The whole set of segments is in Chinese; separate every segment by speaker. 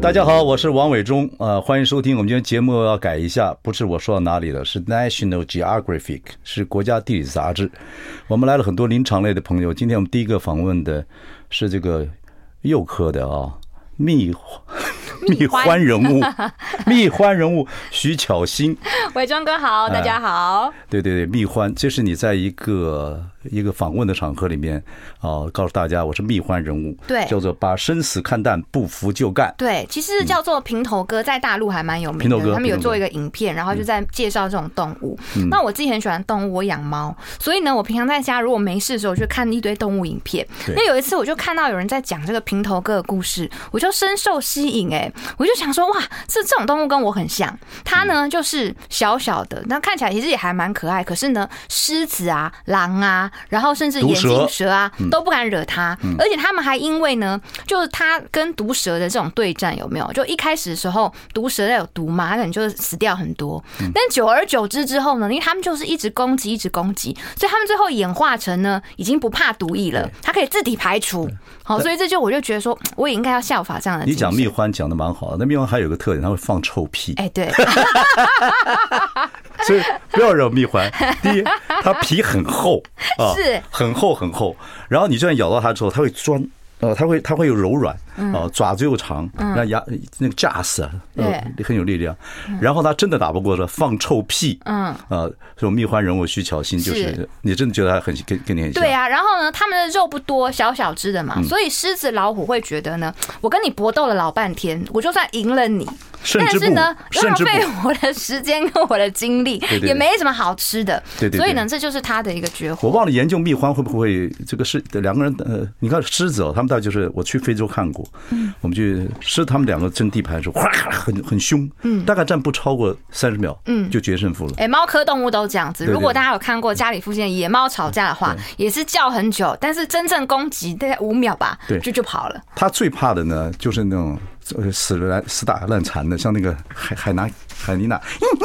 Speaker 1: 大家好，我是王伟忠，呃，欢迎收听我们今天节目要改一下，不是我说到哪里了，是 National Geographic，是国家地理杂志。我们来了很多林场类的朋友，今天我们第一个访问的是这个幼科的啊，蜜 蜜獾人物，蜜獾人物徐巧芯。
Speaker 2: 伟忠哥好，大家好。
Speaker 1: 对对对，蜜獾，这是你在一个一个访问的场合里面啊、告诉大家我是蜜獾人物，
Speaker 2: 对
Speaker 1: 叫做把生死看淡，不服就干。
Speaker 2: 对，其实叫做平头哥，在大陆还蛮有名
Speaker 1: 平头哥
Speaker 2: 的。他们有
Speaker 1: 平头哥
Speaker 2: 做一个影片，然后就在介绍这种动物。那我自己很喜欢动物，我养猫，所以呢，我平常在家如果没事的时候，我就看一堆动物影片。
Speaker 1: 对
Speaker 2: 那有一次我就看到有人在讲这个平头哥的故事，我就深受吸引、哎，我就想说，哇，这这种动物跟我很像。它呢就是小小的，那看起来其实也还蛮可爱，可是呢，狮子啊、狼啊，然后甚至
Speaker 1: 毒
Speaker 2: 眼
Speaker 1: 蛇
Speaker 2: 镜蛇啊
Speaker 1: 嗯
Speaker 2: 都不敢惹它，而且他们还因为呢，就是它跟毒蛇的这种对战有没有？就一开始的时候，毒蛇有毒嘛，它可能就是死掉很多，
Speaker 1: 嗯
Speaker 2: 但久而久之之后呢，因为他们就是一直攻击，一直攻击，所以他们最后演化成呢，已经不怕毒液了，它可以自体排除。好，所以这就我就觉得说，嗯我也应该要效法这样的。
Speaker 1: 你讲蜜，獾讲的蛮好的，那蜜獾还有个特点，它会放臭屁，
Speaker 2: 哎， 对，
Speaker 1: 所以不要惹蜜獾。第一，它皮很 厚啊，
Speaker 2: 是
Speaker 1: 很厚很厚，然后你这样咬到它之后，它会钻。呃，它会它会有柔软，
Speaker 2: 嗯
Speaker 1: 啊，爪子又长，那牙那个架势啊，呃，很有力量。然后它真的打不过的，放臭屁，
Speaker 2: 嗯，
Speaker 1: 啊，这种蜜獾人物徐巧芯就是
Speaker 2: 是，
Speaker 1: 你真的觉得他很跟跟你很像，
Speaker 2: 对啊，然后呢，他们的肉不多，小小只的嘛，
Speaker 1: 嗯
Speaker 2: 所以狮子、老虎会觉得呢，我跟你搏斗了老半天，我就算赢了你，
Speaker 1: 甚
Speaker 2: 但
Speaker 1: 至
Speaker 2: 是
Speaker 1: 不
Speaker 2: 呢，，
Speaker 1: 甚
Speaker 2: 浪
Speaker 1: 至不，
Speaker 2: 费我的时间跟我的精力，
Speaker 1: 对对
Speaker 2: 也没什么好吃的。
Speaker 1: 对对对
Speaker 2: 所以呢，这就是他的一个绝活。
Speaker 1: 我忘了研究蜜獾会不会这个狮两个人呃，你看狮子哦，他们大概就是我去非洲看过，嗯，我们去狮他们两个争地盘的时候，哗，很很凶，嗯，大概战不超过三十秒，嗯，就决胜负了。
Speaker 2: 哎，猫科动物都这样子。
Speaker 1: 对对
Speaker 2: 如果大家有看过家里附近的野猫吵架的话，也是叫很久，但是真正攻击大概五秒吧
Speaker 1: 对，
Speaker 2: 就就跑了。
Speaker 1: 他最怕的呢，就是那种呃死了烂死打烂缠的，像那个海海南海 妮娜，嗯嗯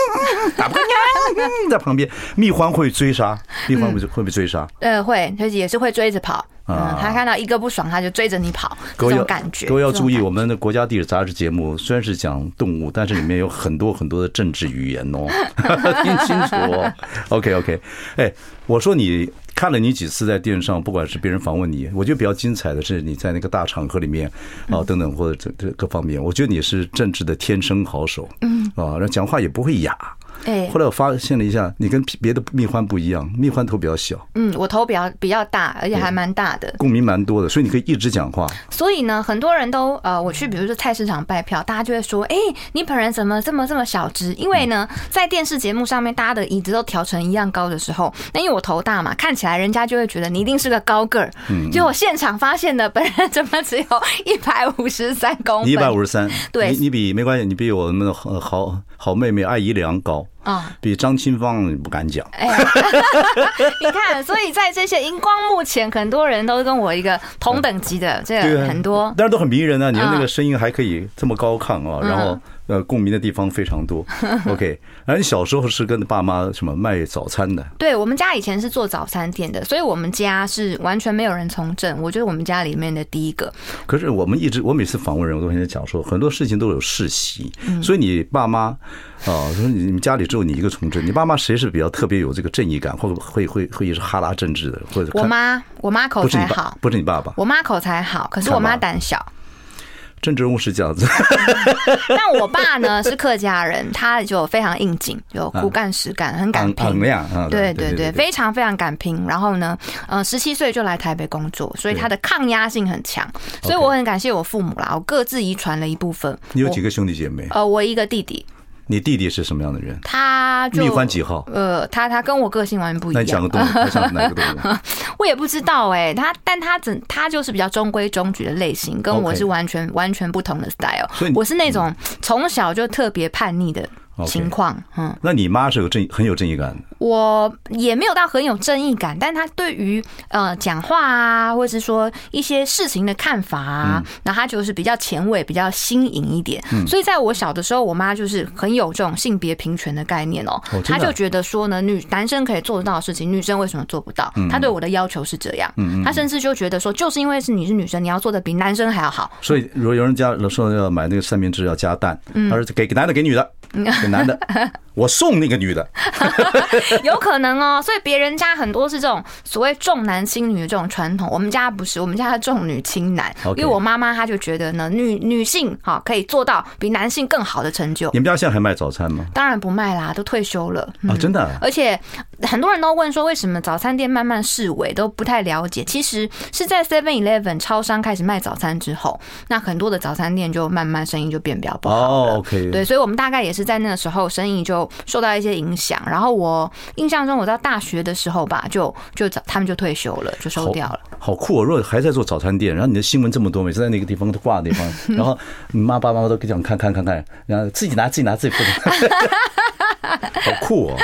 Speaker 1: 嗯打不过你啊，嗯嗯在旁边，蜜獾会追杀，蜜獾会会被追杀，
Speaker 2: 呃，会，就是也是会追着跑。嗯
Speaker 1: 啊，
Speaker 2: 他看到一个不爽，他就追着你跑，
Speaker 1: 各
Speaker 2: 这
Speaker 1: 位
Speaker 2: 种
Speaker 1: 要
Speaker 2: 感觉。
Speaker 1: 各位要
Speaker 2: 这种
Speaker 1: 注意，
Speaker 2: 感觉
Speaker 1: 我们的国家地理杂志节目虽然是讲动物，但是里面有很多很多的政治语言 哦，听清楚哦。OK OK，哎，我说你看了你几次在电视上，不管是别人访问你，我觉得比较精彩的是你在那个大场合里面
Speaker 2: 嗯
Speaker 1: 啊等等或者这这各方面，我觉得你是政治的天生好手，嗯啊，然后讲话也不会哑。
Speaker 2: 哎
Speaker 1: 后来我发现了一下，你跟别的蜜獾不一样，蜜獾头比较小，
Speaker 2: 嗯，我头比较比较大，而且还蛮大的，
Speaker 1: 共鸣蛮多的，所以你可以一直讲话。
Speaker 2: 所以呢，很多人都
Speaker 1: 嗯
Speaker 2: 呃，我去比如说菜市场拜票，大家就会说，哎、你本人怎么这么这么小只？
Speaker 1: 嗯
Speaker 2: 因为呢，在电视节目上面，大家的椅子都调成一样高的时候，那因为我头大嘛，看起来人家就会觉得你一定是个高个儿。
Speaker 1: 嗯
Speaker 2: 结果现场发现的本人怎么只有一百五十三公分？
Speaker 1: 你一百五十三，
Speaker 2: 对
Speaker 1: 你你比没关系，你比我们的好好好妹妹艾怡良高
Speaker 2: 啊，
Speaker 1: 比张清芳不敢讲。
Speaker 2: 哎，你看，所以在这些荧光幕前，很多人都跟我一个同等 级的，这
Speaker 1: 对
Speaker 2: 个
Speaker 1: 啊
Speaker 2: 很多。嗯
Speaker 1: 但是都很迷人啊！你看那个声音还可以这么高亢啊，然后呃，共鸣的地方非常 多。OK，而你小时候是跟爸妈什么卖早餐的，
Speaker 2: 对我们家以前是做早餐店的，所以我们家是完全没有人从政，我就是我们家里面的第一个。
Speaker 1: 可是我们一直，我每次访问人，我都跟人家讲说，很多事情都有世袭，
Speaker 2: 嗯
Speaker 1: 所以你爸妈，啊、说你你们家里只有你一个从政，你爸妈谁是比较特别有这个正义感，或者会会会也是哈拉政治的，或者
Speaker 2: 我
Speaker 1: 看
Speaker 2: 妈，我妈口
Speaker 1: 不是你
Speaker 2: 才
Speaker 1: 爸
Speaker 2: 好，，
Speaker 1: 不是你爸爸，
Speaker 2: 我妈口才好，可是我妈胆小。
Speaker 1: 政治人物是这样子。
Speaker 2: 但我爸呢 是客家人，他就非常应景，有
Speaker 1: 啊
Speaker 2: 苦干实干，很敢
Speaker 1: 昂昂
Speaker 2: 拼。
Speaker 1: 亮啊！
Speaker 2: 对
Speaker 1: 对
Speaker 2: 对对，非常非常敢拼。然后呢，呃，十七岁就来台北工作，所以他的抗压性很强。所以我很感谢我父母啦，我各自遗传了一部分。
Speaker 1: 你有几
Speaker 2: 个？
Speaker 1: 个兄弟姐妹？
Speaker 2: 呃，我一个弟弟，
Speaker 1: 你弟弟是什么样的人？
Speaker 2: 他他就
Speaker 1: 蜜獾几号？
Speaker 2: 呃，他他跟我个性完全不一
Speaker 1: 那
Speaker 2: 样。
Speaker 1: 你讲个动物， 他讲哪个动物？
Speaker 2: 我也不知道哎、他但他整他就是比较中规中矩的类型，跟我
Speaker 1: OK
Speaker 2: 是完全完全不同的 style
Speaker 1: 所以。你嗯
Speaker 2: 我是那种从小就特别叛逆的
Speaker 1: OK
Speaker 2: 情况，嗯，
Speaker 1: 那你妈是有正很有正义感的，
Speaker 2: 我也没有到很有正义感，但他对于呃讲话啊，或者是说一些事情的看法啊，
Speaker 1: 嗯
Speaker 2: 然后他就是比较前卫、比较新颖一点。所以在我小的时候，我妈就是很有这种性别平权的概念哦
Speaker 1: 真的啊，
Speaker 2: 她就觉得说呢，女男生可以做得到的事情，女生为什么做不到？她对我的要求是这样，
Speaker 1: 嗯
Speaker 2: 她甚至就觉得说，就是因为是你是女生，你要做的比男生还要好。
Speaker 1: 所以如果有人家说要买那个三明治要加蛋，
Speaker 2: 嗯
Speaker 1: 他说给给男的给女 的，给男的，我送那个女的，
Speaker 2: 有可能哦，所以别人家很多是这种所谓重男轻女的这种传统，我们家不是，我们家重女轻男。
Speaker 1: OK
Speaker 2: 因为我妈妈她就觉得呢，女女性哈、可以做到比男性更好的成就
Speaker 1: 你，们家现在还卖早餐吗？
Speaker 2: 当然不卖啦，都退休了。嗯
Speaker 1: 啊，真的啊
Speaker 2: 而且很多人都问说，为什么早餐店慢慢式微，都不太了解。其实是在 Seven Eleven 超商开始卖早餐之后，那很多的早餐店就慢慢生意就变比较不好了。
Speaker 1: 哦，OK，
Speaker 2: 对，所以我们大概也是在那个时候生意就受到一些影响。然后我印象中，我到大学的时候吧，就就早他们就退休了，就收掉了。
Speaker 1: 好酷哦！如果还在做早餐店，然后你的新闻这么多，每次在那个地方挂的 地方，然后你妈爸妈妈都这样看看看看，然后自己拿自己拿自己 不能，好酷哦！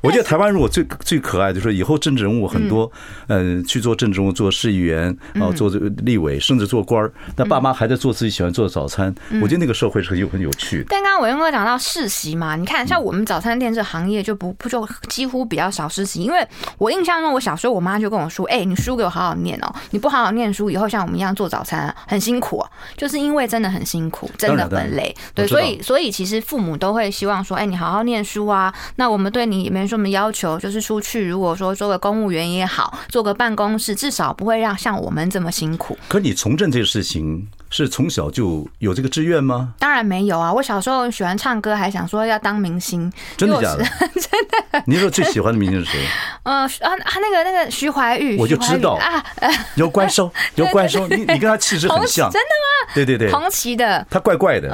Speaker 1: 我觉得台湾如果最最可爱的就是以后政治人物很多，嗯、去做政治人物，做市议员，然后做这个立委，甚至做官儿，但爸妈还在做自己喜欢做的早餐，我觉得那个社会是很有很有趣的。
Speaker 2: 刚刚我因为讲到世袭嘛，你
Speaker 1: 嗯
Speaker 2: 看像我们早餐店这行业就不不就几乎比较少世袭，因为我印象中我小时候我妈就跟我说，哎、你书给我好好念哦，你不好好念书，以后像我们一样做早餐啊很辛苦、啊，就是因为真的很辛苦，真的
Speaker 1: 当然
Speaker 2: 很累，
Speaker 1: 当然
Speaker 2: 对，
Speaker 1: 我知道
Speaker 2: 所以所以其实父母都会希望说，哎、你好好念书啊，那我们对你也没什么要求，就是出去如果说做个公务员也好，做个办公室，至少不会让像我们这么辛苦。
Speaker 1: 可你从政这个事情是从小就有这个志愿吗？
Speaker 2: 当然没有啊，我小时候喜欢唱歌，还想说要当明星，
Speaker 1: 真的
Speaker 2: 因为
Speaker 1: 假
Speaker 2: 我
Speaker 1: 的？ 真的。你说最喜欢的明星是谁？
Speaker 2: 呃，徐啊啊，那个那个徐怀钰，
Speaker 1: 我就
Speaker 2: 徐怀钰
Speaker 1: 知道
Speaker 2: 啊，
Speaker 1: 有怪兽， 有怪兽，你你跟他气质很
Speaker 2: 同
Speaker 1: 像，
Speaker 2: 真
Speaker 1: 对对对，
Speaker 2: 同哦期的。
Speaker 1: 他怪怪的，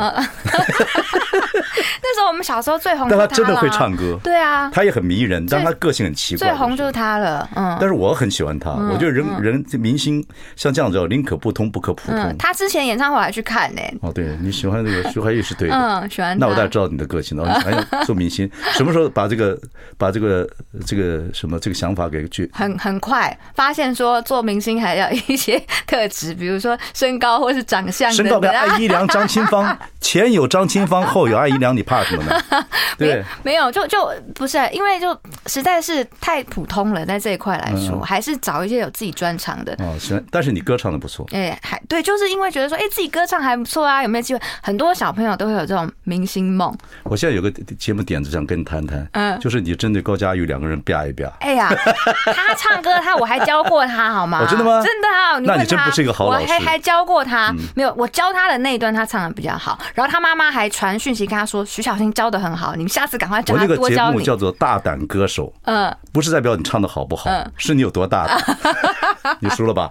Speaker 2: 那时候我们小时候最红，
Speaker 1: 但他真的会，唱歌，
Speaker 2: 对啊，
Speaker 1: 他也很迷人，但他个性很奇怪。
Speaker 2: 最红就是他了，嗯
Speaker 1: 但是我很喜欢他，我觉得人人明星像这样子，宁可不通不可普
Speaker 2: 嗯，
Speaker 1: 通。
Speaker 2: 他之前演唱会我还去看呢，
Speaker 1: 哦，对你喜欢这个徐怀钰是对的。
Speaker 2: 嗯，喜欢
Speaker 1: 那我大概
Speaker 2: 他。
Speaker 1: 知道你的个性 了。还要做明星，什么时候把这个、把这个、这个什么、这个想法给去？
Speaker 2: 很很快发现说做明星还要 一些特质，比如说身高或是长相
Speaker 1: 身高
Speaker 2: 等
Speaker 1: 跟
Speaker 2: 等啊
Speaker 1: 艾，依良、张清芳， 前有张清芳，后有艾依良，你怕什么呢？对不对
Speaker 2: 没？没有就就不是，啊因为就实在是太普通了，在这一块来
Speaker 1: 嗯
Speaker 2: 说，还是找一些有自己专长的，
Speaker 1: 哦，喜欢，但是你歌唱的不错。
Speaker 2: 哎、还对，就是因为觉得说，哎、自己歌唱还不错啊，有没有机会？很多小朋友都会有这种明星梦。
Speaker 1: 我现在有个节目点子想跟你谈谈，
Speaker 2: 嗯
Speaker 1: 就是你针对高佳瑜两个人啪一啪，
Speaker 2: 哎呀，他唱歌，他我还教过他，好吗？
Speaker 1: 哦真的吗
Speaker 2: 真的
Speaker 1: 那
Speaker 2: 啊！
Speaker 1: 你
Speaker 2: 问
Speaker 1: 真
Speaker 2: 他
Speaker 1: 不是一个好老师嗯
Speaker 2: 我还还教过他，没有，我教他的那一段他唱的比较好。然后他妈妈还传讯息跟他说，徐小新教的很好，你们下次赶快教
Speaker 1: 我
Speaker 2: 他
Speaker 1: 那个
Speaker 2: 多
Speaker 1: 节
Speaker 2: 教
Speaker 1: 目
Speaker 2: 你。
Speaker 1: 叫做《大胆歌手》，
Speaker 2: 嗯，
Speaker 1: 不是代表你唱的好不好，是你有多大胆。 你输了吧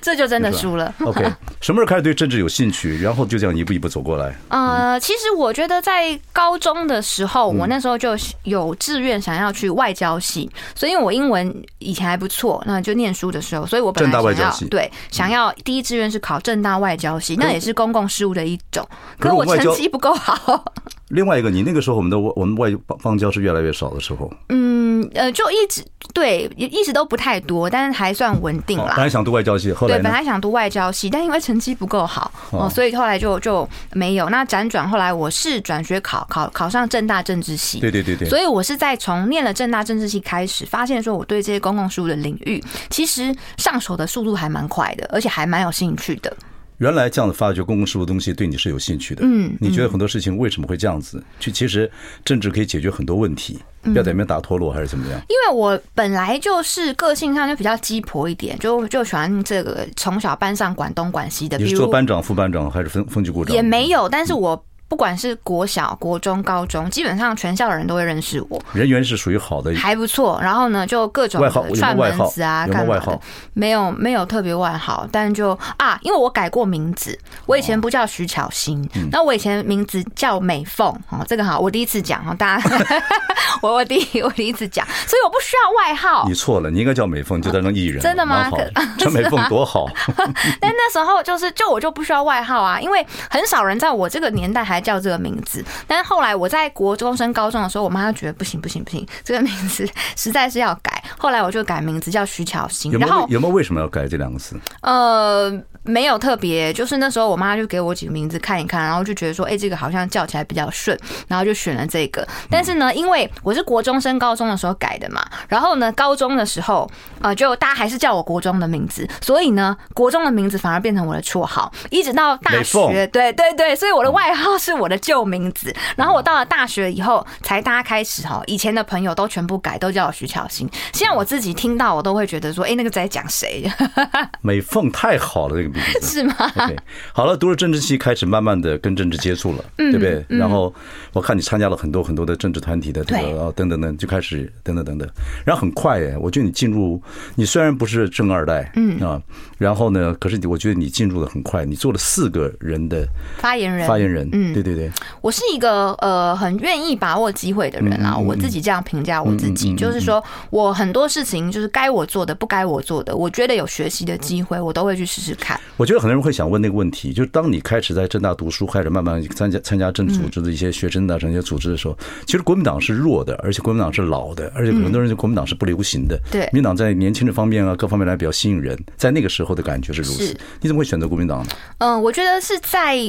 Speaker 2: 这就真的输了。
Speaker 1: ？OK，什么时候开始对政治有兴趣？然后就这样一步一步走过来。
Speaker 2: 呃，其实我觉得在高中的时候，我
Speaker 1: 嗯
Speaker 2: 那时候就有志愿想要去外交系，所以因为我英文以前还不错，那就念书的时候，所以我本
Speaker 1: 正大外
Speaker 2: 来
Speaker 1: 交
Speaker 2: 想要
Speaker 1: 系嗯
Speaker 2: 对想要第一志愿是考正大外交系，
Speaker 1: 是
Speaker 2: 那也是公共事务的一种，
Speaker 1: 可
Speaker 2: 可
Speaker 1: 是
Speaker 2: 是
Speaker 1: 我
Speaker 2: 我
Speaker 1: 们外
Speaker 2: 成
Speaker 1: 交
Speaker 2: 绩不够好。
Speaker 1: 另外一个，你那个时候我们的我们外邦交是越来越少的时候，
Speaker 2: 嗯，呃，就一直对也一直都不太多，但是还算稳定
Speaker 1: 哦
Speaker 2: 啦
Speaker 1: 本。来想读外交系，后
Speaker 2: 对，
Speaker 1: 来
Speaker 2: 本
Speaker 1: 呢？
Speaker 2: 来想读外交系，但因为成绩不够好，
Speaker 1: 哦
Speaker 2: 哦，所以后来就就没有。那辗转后来我是转学考考考上正大政治系，
Speaker 1: 对对对对，
Speaker 2: 所以我是在从念了正大政治系开始，发现说我对这些公共事务的领域，其实上手的速度还蛮快的，而且还蛮有兴趣的。
Speaker 1: 原来这样的发掘公共事务的东西对你是有兴趣的。
Speaker 2: 嗯
Speaker 1: 你觉得很多事情为什么会这样子？就其实政治可以解决很多问题，
Speaker 2: 嗯
Speaker 1: 不要在里面打陀螺还是怎么样？
Speaker 2: 因为我本来就是个性上就比较鸡婆一点，就就喜欢这个从小班上管东管西的，
Speaker 1: 你
Speaker 2: 比
Speaker 1: 是做
Speaker 2: 如
Speaker 1: 班长、副班长还是分分局股长？
Speaker 2: 也没有，但是我。不管是国小、国中、高中，基本上全校的人都会认识我，
Speaker 1: 人缘是属于好的，
Speaker 2: 还不错。然后呢，就各种
Speaker 1: 外号有
Speaker 2: 的
Speaker 1: 没有
Speaker 2: 串
Speaker 1: 外
Speaker 2: 门
Speaker 1: 号
Speaker 2: 子啊，
Speaker 1: 有没有
Speaker 2: 干嘛
Speaker 1: 外
Speaker 2: 的
Speaker 1: 号？
Speaker 2: 没有没有特别外号，但就啊，因为我改过名字，我以前
Speaker 1: 哦
Speaker 2: 不叫徐巧芯，
Speaker 1: 嗯
Speaker 2: 那我以前名字叫美凤哦，这个好，我第一次讲哦，大家 我我第一我第一次讲，所以我不需要外号
Speaker 1: 你。错了，你应该叫美凤，就当成艺人了，
Speaker 2: 真的吗啊
Speaker 1: 蛮好的， 叫美凤多好。
Speaker 2: 但那时候就是，就我就不需要外号啊，因为很少人在我这个年代还叫这个名字。但是后来我在国中升高中的时候，我妈就觉得不行不行不行，这个名字 实在是要改。后来我就改名字叫徐巧芯，
Speaker 1: 有没
Speaker 2: 然后
Speaker 1: 有有没有为什么要改这两个字？
Speaker 2: 呃，没有特别，就是那时候我妈就给我几个名字看一看，然后就觉得说，哎、这个好像叫起来比较顺，然后就选了这个。但是呢，因为我是国中升高中的时候改的嘛，然后呢，高中的时候，呃，就大家还是叫我国中的名字，所以呢，国中的名字反而变成我的绰号，一直到大
Speaker 1: 美凤
Speaker 2: 学，对对对，所以我的外号是我的旧名字。然后我到了大学以后，才大家开始哈，以前的朋友都全部改，都叫我徐巧芯。现在我自己听到，我都会觉得说，哎、那个在讲谁？
Speaker 1: 美凤太好了，这个名字
Speaker 2: 是吗？
Speaker 1: OK，好了，读了政治系，开始慢慢的跟政治接触了，
Speaker 2: 嗯
Speaker 1: 对不对？然后我看你参加了很多很多的政治团体的这个
Speaker 2: 对
Speaker 1: 哦，等等等，就开始等等等等。然后很快哎，我觉得你进入，你虽然不是正二代，嗯啊，然后呢，可是你我觉得你进入的很快，你做了四个人的
Speaker 2: 发言人，
Speaker 1: 发言人，嗯，对对对，
Speaker 2: 我是一个呃很愿意把握机会的人
Speaker 1: 嗯
Speaker 2: 啦，我自己这样评价我自己，就是说我很多事情就是该我做的，不该我做的，我觉得有学习的机会，我都会去试试看。
Speaker 1: 我觉得很多人会想问那个问题，就是当你开始在正大读书，开始慢慢参加参加政治
Speaker 2: 嗯
Speaker 1: 组织的一些学生的这些组织的时候，其实国民党是弱的，而且国民党是老的，而且很多人觉得国民党是不流行的。
Speaker 2: 对
Speaker 1: 民党在年轻的方面啊，各方面来比较吸引人，在那个时候的感觉是如此
Speaker 2: 是。
Speaker 1: 你怎么会选择国民党呢？
Speaker 2: 嗯，我觉得是在。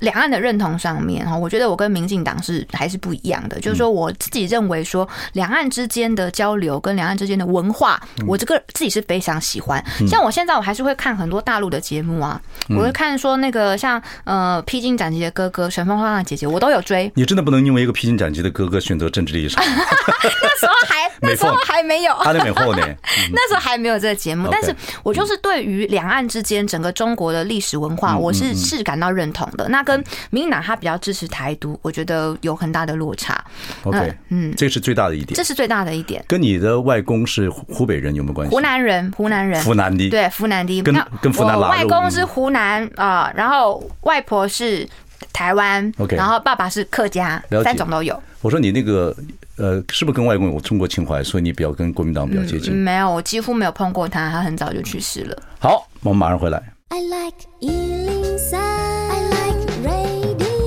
Speaker 2: 两岸的认同上面哈，我觉得我跟民进党是还是不一样的。就是说，我自己认为说，两岸之间的交流跟两岸之间的文化，我这个自己是非常喜欢。像我现在我还是会看很多大陆的节目啊，我会看说那个像呃《披荆斩棘的哥哥》《乘风破浪的姐姐》，我都有追。
Speaker 1: 你真的不能因为一个披荆斩棘的哥哥选择政治立场，
Speaker 2: 那时候还
Speaker 1: 美
Speaker 2: 那时候
Speaker 1: 凤
Speaker 2: 还没有，
Speaker 1: 他的美后呢？
Speaker 2: 嗯那时候还没有这个节目
Speaker 1: 嗯 OK，
Speaker 2: 但是我就是对于两岸之间整个中国的历史文
Speaker 1: 嗯
Speaker 2: 化，我是是感到认同的。那跟民进党他比较支持台独，我觉得有很大的落差，
Speaker 1: OK，嗯，这是最大的一点
Speaker 2: 这。是最大的一点。
Speaker 1: 跟你的外公是湖湖北人有没有关系？
Speaker 2: 湖南人，湖南人，
Speaker 1: 湖南的
Speaker 2: 对湖南的，
Speaker 1: 跟
Speaker 2: 那
Speaker 1: 跟湖南嗯
Speaker 2: 我
Speaker 1: 腊
Speaker 2: 外
Speaker 1: 肉
Speaker 2: 公是湖南啊、呃然后外婆是台湾
Speaker 1: OK
Speaker 2: 然后爸爸是客家
Speaker 1: 了，解
Speaker 2: 三种都有。
Speaker 1: 我说你那个呃，是不是跟外公有中国情怀，所以你比较跟国民党比较接近？
Speaker 2: 嗯没有，我几乎没有碰过他，他很早就去世了。
Speaker 1: 好，我们马上回来。
Speaker 3: I like Ealing Sound. I like radio.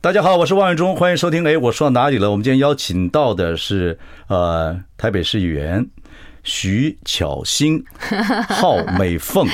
Speaker 1: 大家好，我是万永忠，欢迎收听。哎，我说到哪里了？我们今天邀请到的是呃台北市议员徐巧芯，号美 凤，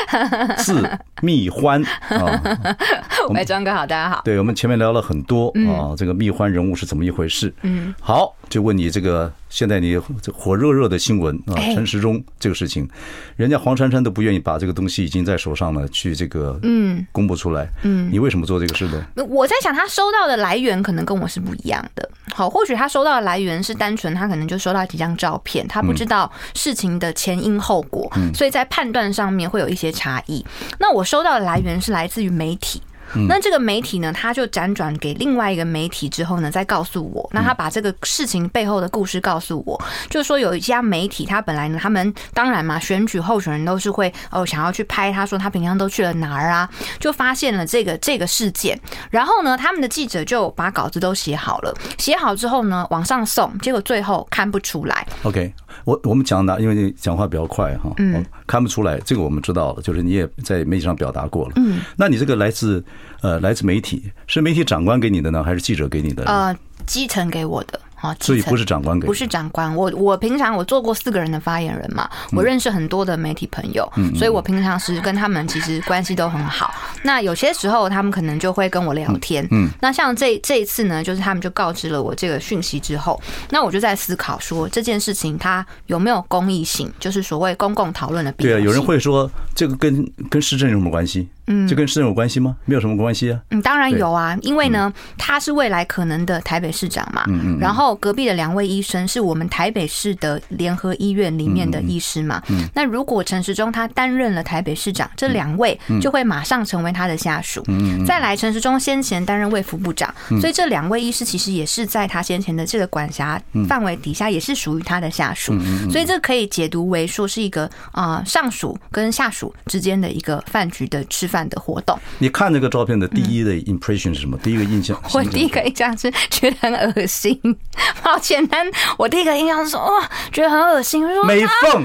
Speaker 1: 字蜜欢啊。
Speaker 2: 喂，庄哥好，大家好。
Speaker 1: 对，我们前面聊了很多啊，这个蜜欢人物是怎么一回事？嗯，好，就问你这个现在你这火热热的新闻啊，
Speaker 2: 哎
Speaker 1: 陈时中这个事情，人家黄珊珊都不愿意把这个东西已经在手上了，去这个嗯公布出来。嗯，你为什么做这个事呢？
Speaker 2: 我在想，他收到的来源可能跟我是不一样的。好，或许他收到的来源是单纯，他可能就收到几张照片，他不知道事情的前因后果，所以在判断上面会有一些差异。那我收到的来源是来自于媒体。那这个媒体呢，他就辗转给另外一个媒体之后呢，再告诉我，那他把这个事情背后的故事告诉我，就是说有一家媒体，他本来呢，他们当然嘛，选举候选人都是会哦想要去拍，他说他平常都去了哪儿啊，就发现了这个这个事件，然后呢，他们的记者就把稿子都写好了，写好之后呢，往上送，结果最后看不出来，
Speaker 1: OK，我我们讲哪？因为你讲话比较快哈，嗯，看不出来，这个我们知道了，就是你也在媒体上表达过了，嗯，那你这个来自呃来自媒体，是媒体长官给你的呢，还是记者给你的？，
Speaker 2: 呃，基层给我的。哦，
Speaker 1: 所
Speaker 2: 基
Speaker 1: 以
Speaker 2: 层
Speaker 1: 不是长官给，
Speaker 2: 不是长官，我我平常我做过四个人的发言人嘛，
Speaker 1: 嗯
Speaker 2: 我认识很多的媒体朋友，所以我平常是跟他们其实关系都很好。那有些时候他们可能就会跟我聊天，嗯，那像这这一次呢，就是他们就告知了我这个讯息之后，那我就在思考说这件事情它有没有公益性，就是所谓公共讨论的必要
Speaker 1: 对啊，
Speaker 2: 性。
Speaker 1: 有人会说这个跟跟市政有什么关系？嗯，这跟市政有关系吗？没有什么关系啊。
Speaker 2: 嗯，当然
Speaker 1: 对
Speaker 2: 有啊，因为呢，他是未来可能的台北市长嘛，然后隔壁的两位医生是我们台北市的联合医院里面的医师嘛，那如果陈时中他担任了台北市长，这两位就会马上成为他的下属，再来陈时中先前担任卫福部长，所以这两位医师其实也是在他先前的这个管辖范围底下，也是属于他的下属，所以这可以解读为说是一个啊、呃上属跟下属之间的一个饭局的吃饭的活动。
Speaker 1: 你看这个照片的第一的 impression 是什么？第一个印象？
Speaker 2: 嗯 我第一个印象是觉得很恶心， 好简单。我第一个印象是说，哇，觉得很恶心。我说
Speaker 1: 美 凤，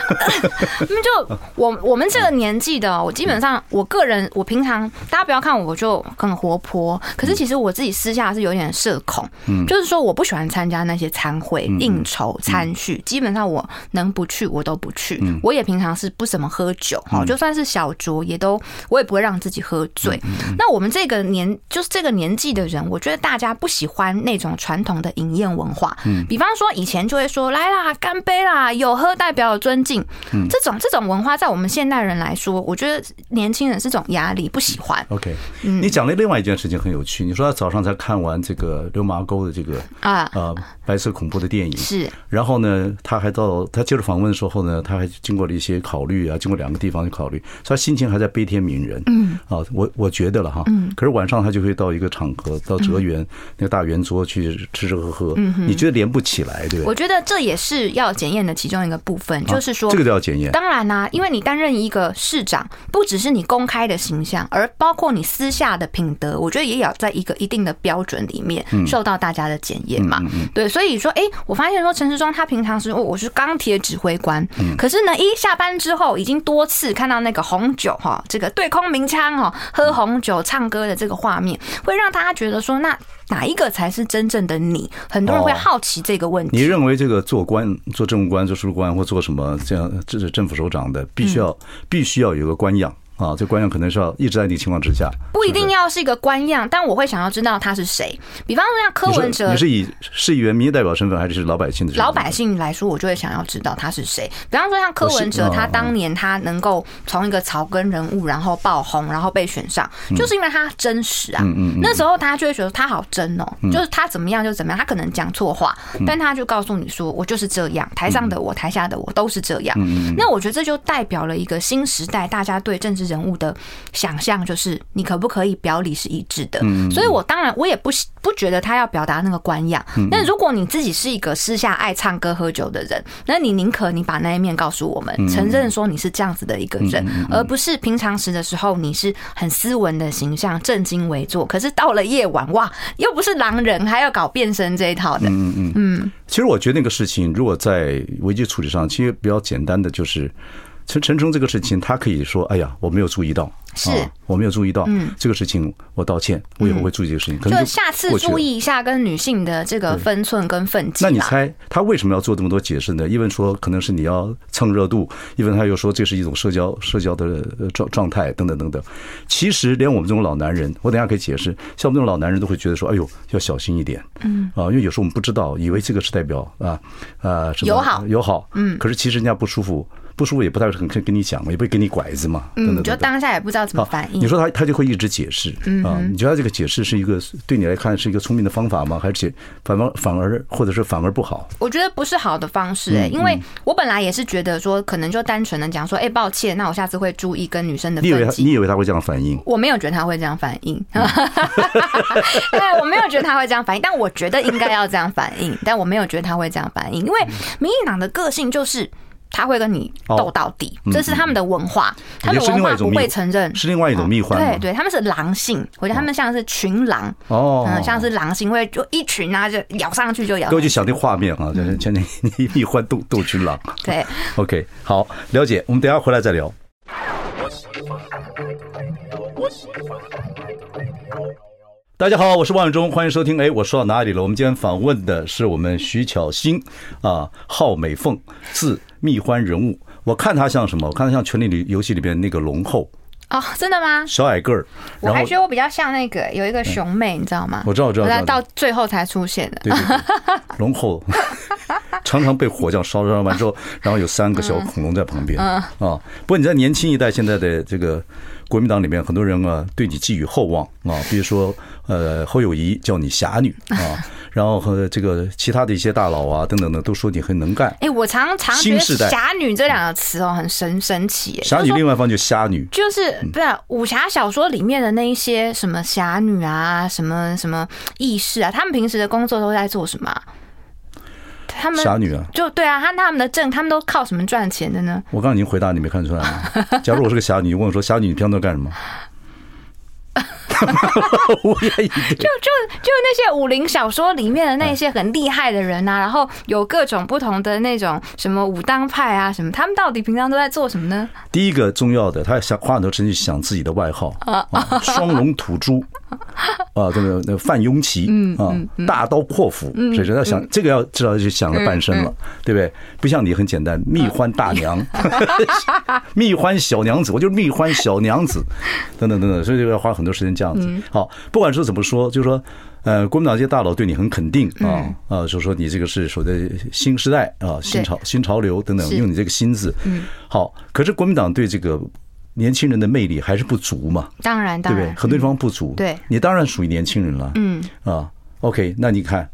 Speaker 2: 那嗯就我我们这个年纪的哦，我基本上我个人，我平常大家不要看我就很活泼，可是其实我自己私下是有点社恐，就是说我不喜欢参加那些餐会、应酬、餐叙，基本上我能不去我都不去。我也平常是不怎么喝酒，哦，就算是小酌也都我也不会让自己喝醉。那我们这个年就是这个年纪的人，我觉得大家不喜欢那种传统的饮宴文化，比方说以前就会说来啦，干杯啦，有喝代表有尊敬。
Speaker 1: 嗯
Speaker 2: 这种这种文化，在我们现代人来说，我觉得年轻人是种压力，不喜欢
Speaker 1: OK，你
Speaker 2: 嗯
Speaker 1: 讲的另外一件事情很有趣，你说他早上才看完这个《溜麻沟》的这个
Speaker 2: 啊。
Speaker 1: 呃白色恐怖的电影，
Speaker 2: 是
Speaker 1: 然后呢，他还到他接受访问的时候呢，他还经过了一些考虑啊，经过两个地方的考虑，所以他心情还在悲天悯人。嗯，啊，我我觉得了哈。嗯。可是晚上他就会到一个场合，到哲园、那个大圆桌去吃吃喝喝。嗯你觉得连不起来，对不
Speaker 2: 我
Speaker 1: 对？
Speaker 2: 觉得这也是要检验的其中一个部分，就是说
Speaker 1: 这，个都要检验。
Speaker 2: 当然啦、因为你担任一个市长，不只是你公开的形象，而包括你私下的品德，我觉得也要在一个一定的标准里面
Speaker 1: 嗯
Speaker 2: 受到大家的检验嘛。对，所以说，哎、我发现说陈时中他平常是，哦我是钢铁指挥官，
Speaker 1: 嗯
Speaker 2: 可是呢，一下班之后已经多次看到那个红酒哈，这个对空鸣枪哈，喝红酒唱歌的这个画面，会让大家觉得说，那哪一个才是真正的你？很多人会
Speaker 1: 哦
Speaker 2: 好奇这个问
Speaker 1: 你
Speaker 2: 题。
Speaker 1: 认为这个做官、做政务官、做书官或做什么这样，这是政府首长
Speaker 2: 嗯
Speaker 1: 的，必须要必须要有个官样啊，这官样可能是要一直在你情况之下。
Speaker 2: 不一
Speaker 1: 是
Speaker 2: 定
Speaker 1: 是
Speaker 2: 要是一个官样，但我会想要知道他是谁。比方说像柯文
Speaker 1: 你是
Speaker 2: 哲
Speaker 1: 你，是以市议员、民意代表身份，还是老百姓的身份？
Speaker 2: 老百姓来说，我就会想要知道他是谁。比方说像柯文哲，
Speaker 1: 我是
Speaker 2: 他
Speaker 1: 哦
Speaker 2: 当年他能够从一个草根人物，然后爆红，然后被选上，
Speaker 1: 嗯
Speaker 2: 就是因为他真实啊。那时候大家就会觉得他好真哦，
Speaker 1: 嗯
Speaker 2: 就是他怎么样就怎么样，他可能讲错话，但他就告诉你说我就是这样，台上的我，台下的我都是这样。
Speaker 1: 嗯
Speaker 2: 那我觉得这就代表了一个新时代大家对政治人物的想象，就是你可不可以表里是一致的。
Speaker 1: 嗯
Speaker 2: 所以我当然我也不喜不觉得他要表达那个官样。
Speaker 1: 嗯
Speaker 2: 那如果你自己是一个私下爱唱歌喝酒的人，那你宁可你把那一面告诉我们，
Speaker 1: 嗯
Speaker 2: 承认说你是这样子的一个人，而不是平常时的时候你是很斯文的形象，正襟危坐。可是到了夜晚，哇，又不是狼人，还要搞变身这一套的。
Speaker 1: 嗯其实我觉得那个事情，如果在危机处理上，其实比较简单的就是。陈陈冲这个事情，他可以说：“哎呀，我没有注意到，
Speaker 2: 是
Speaker 1: 啊、我没有注意到、
Speaker 2: 嗯
Speaker 1: 这个事情，我道歉，我以后会注意这个事情。可能
Speaker 2: 就
Speaker 1: 就
Speaker 2: 下次
Speaker 1: 过去了
Speaker 2: 注意一下跟女性的这个分寸跟分际
Speaker 1: 那你
Speaker 2: 啦。
Speaker 1: 猜他为什么要做这么多解释呢？一问说可能是你要蹭热度，一问他又说这是一种社交社交的呃状状态等等等等。其实连我们这种老男人，我等一下可以解释，像我们这种老男人都会觉得说，哎呦要小心一点，嗯啊，因为有时候我们不知道，以为这个是代表啊啊什么
Speaker 2: 友好
Speaker 1: 友好，嗯，可是其实人家不舒服，不舒服也不太很跟跟你讲嘛，也不会给你拐子嘛，等等
Speaker 2: 嗯，
Speaker 1: 等
Speaker 2: 就
Speaker 1: 等。
Speaker 2: 当下也不知道怎么
Speaker 1: 好，
Speaker 2: 反应。嗯
Speaker 1: 你说他他就会一直解释啊？你觉得他这个解释是一个对你来看是一个聪明的方法吗？还是解反方反而或者是反而不好？
Speaker 2: 我觉得不是好的方式、
Speaker 1: 嗯
Speaker 2: 欸，因为我本来也是觉得说，可能就单纯的讲说，哎、抱歉，那我下次会注意跟女生的
Speaker 1: 你以为
Speaker 2: 分
Speaker 1: 他
Speaker 2: 际。
Speaker 1: 你以为他会这样反应？
Speaker 2: 我没有觉得他会这样反应，
Speaker 1: 嗯
Speaker 2: 对，我没有觉得他会这样反应，但我觉得应该要这样反应，但我没有觉得他会这样反应，因为
Speaker 1: 嗯
Speaker 2: 民进党的个性就是他会跟你斗到底，
Speaker 1: 哦
Speaker 2: 这是他们的文化，他们
Speaker 1: 嗯
Speaker 2: 的
Speaker 1: 也是
Speaker 2: 文
Speaker 1: 另外
Speaker 2: 化
Speaker 1: 一种
Speaker 2: 不
Speaker 1: 迷
Speaker 2: 会承认哦
Speaker 1: 是另外一种蜜獾吗
Speaker 2: 对对，他们是狼性，我觉得他们像是群狼，
Speaker 1: 哦
Speaker 2: 嗯，像是狼性会就一群啊，就咬上去就咬
Speaker 1: 各
Speaker 2: 上
Speaker 1: 位就
Speaker 2: 去，
Speaker 1: 想那画面啊，
Speaker 2: 嗯
Speaker 1: 就是 前天你蜜獾斗斗群狼。
Speaker 2: 对。
Speaker 1: OK，好，了解。我们等一下回来再聊。大家好，我是万永忠，欢迎收听。哎，我说到哪里了？我们今天访问的是我们徐巧芯啊，号美凤，字蜜欢人物。我看他像什么？我看他像《权力游戏》里边那个龙后，
Speaker 2: 哦，真的吗？
Speaker 1: 小矮个儿。
Speaker 2: 我
Speaker 1: 然后嗯
Speaker 2: 还觉得我比较像那个有一个熊妹，你知道吗？
Speaker 1: 我知道我知道
Speaker 2: 我在
Speaker 1: 知道
Speaker 2: 到最后才出现的。
Speaker 1: 对 对对，龙后常常被火将烧烧完之后，然后有三个小恐龙在旁边啊。
Speaker 2: 嗯
Speaker 1: 不过你在年轻一代现在的这个国民党里面，很多人啊对你寄予厚望啊，比如说呃侯友谊叫你侠女 啊，然后和这个其他的一些大佬啊等等的都说你很能干。
Speaker 2: 哎、我常常觉
Speaker 1: 新时代
Speaker 2: 得“侠女”这两个词哦，很神神奇、哎
Speaker 1: 侠女嗯另外一方就是虾女，
Speaker 2: 就是不是、啊武侠小说里面的那一些什么侠女啊，什么什么义士啊，他们平时的工作都在做什么啊、他们
Speaker 1: 侠女啊，
Speaker 2: 就对啊，他他们的证，他们都靠什么赚钱的呢？
Speaker 1: 我刚刚已经回答你没看出来吗？假如我是个侠女，你问我说侠女你平常都干什么？ 无言以对
Speaker 2: 就。就就那些武林小说里面的那些很厉害的人啊，然后有各种不同的那种什么武当派啊什么，他们到底平常都在做什么呢？
Speaker 1: 第一个重要的，他想花很多时间去想自己的外号啊，双龙吐珠啊，这个那个范雍琪啊，大刀阔斧，所以说要想这个要至少就想了半生了，对不对？不像你很简单，蜜獾大娘， 蜜獾小娘子，我就是蜜獾小娘子，等等等等，所以就要花很多时间这样子。
Speaker 2: 嗯
Speaker 1: 好，不管是怎么说，就是说。呃，国民党这些大佬对你很肯定
Speaker 2: 嗯
Speaker 1: 啊，啊，就是说你这个是属于新时代啊，新潮、新潮流等等，
Speaker 2: 是
Speaker 1: 用你这个“新”字，嗯，好。可是国民党对这个年轻人的魅力还是不足嘛，
Speaker 2: 当然，
Speaker 1: 对
Speaker 2: 当
Speaker 1: 不对
Speaker 2: 然？，
Speaker 1: 很多地方不足，
Speaker 2: 对
Speaker 1: 你当然属于年轻人了，嗯啊，OK，那你看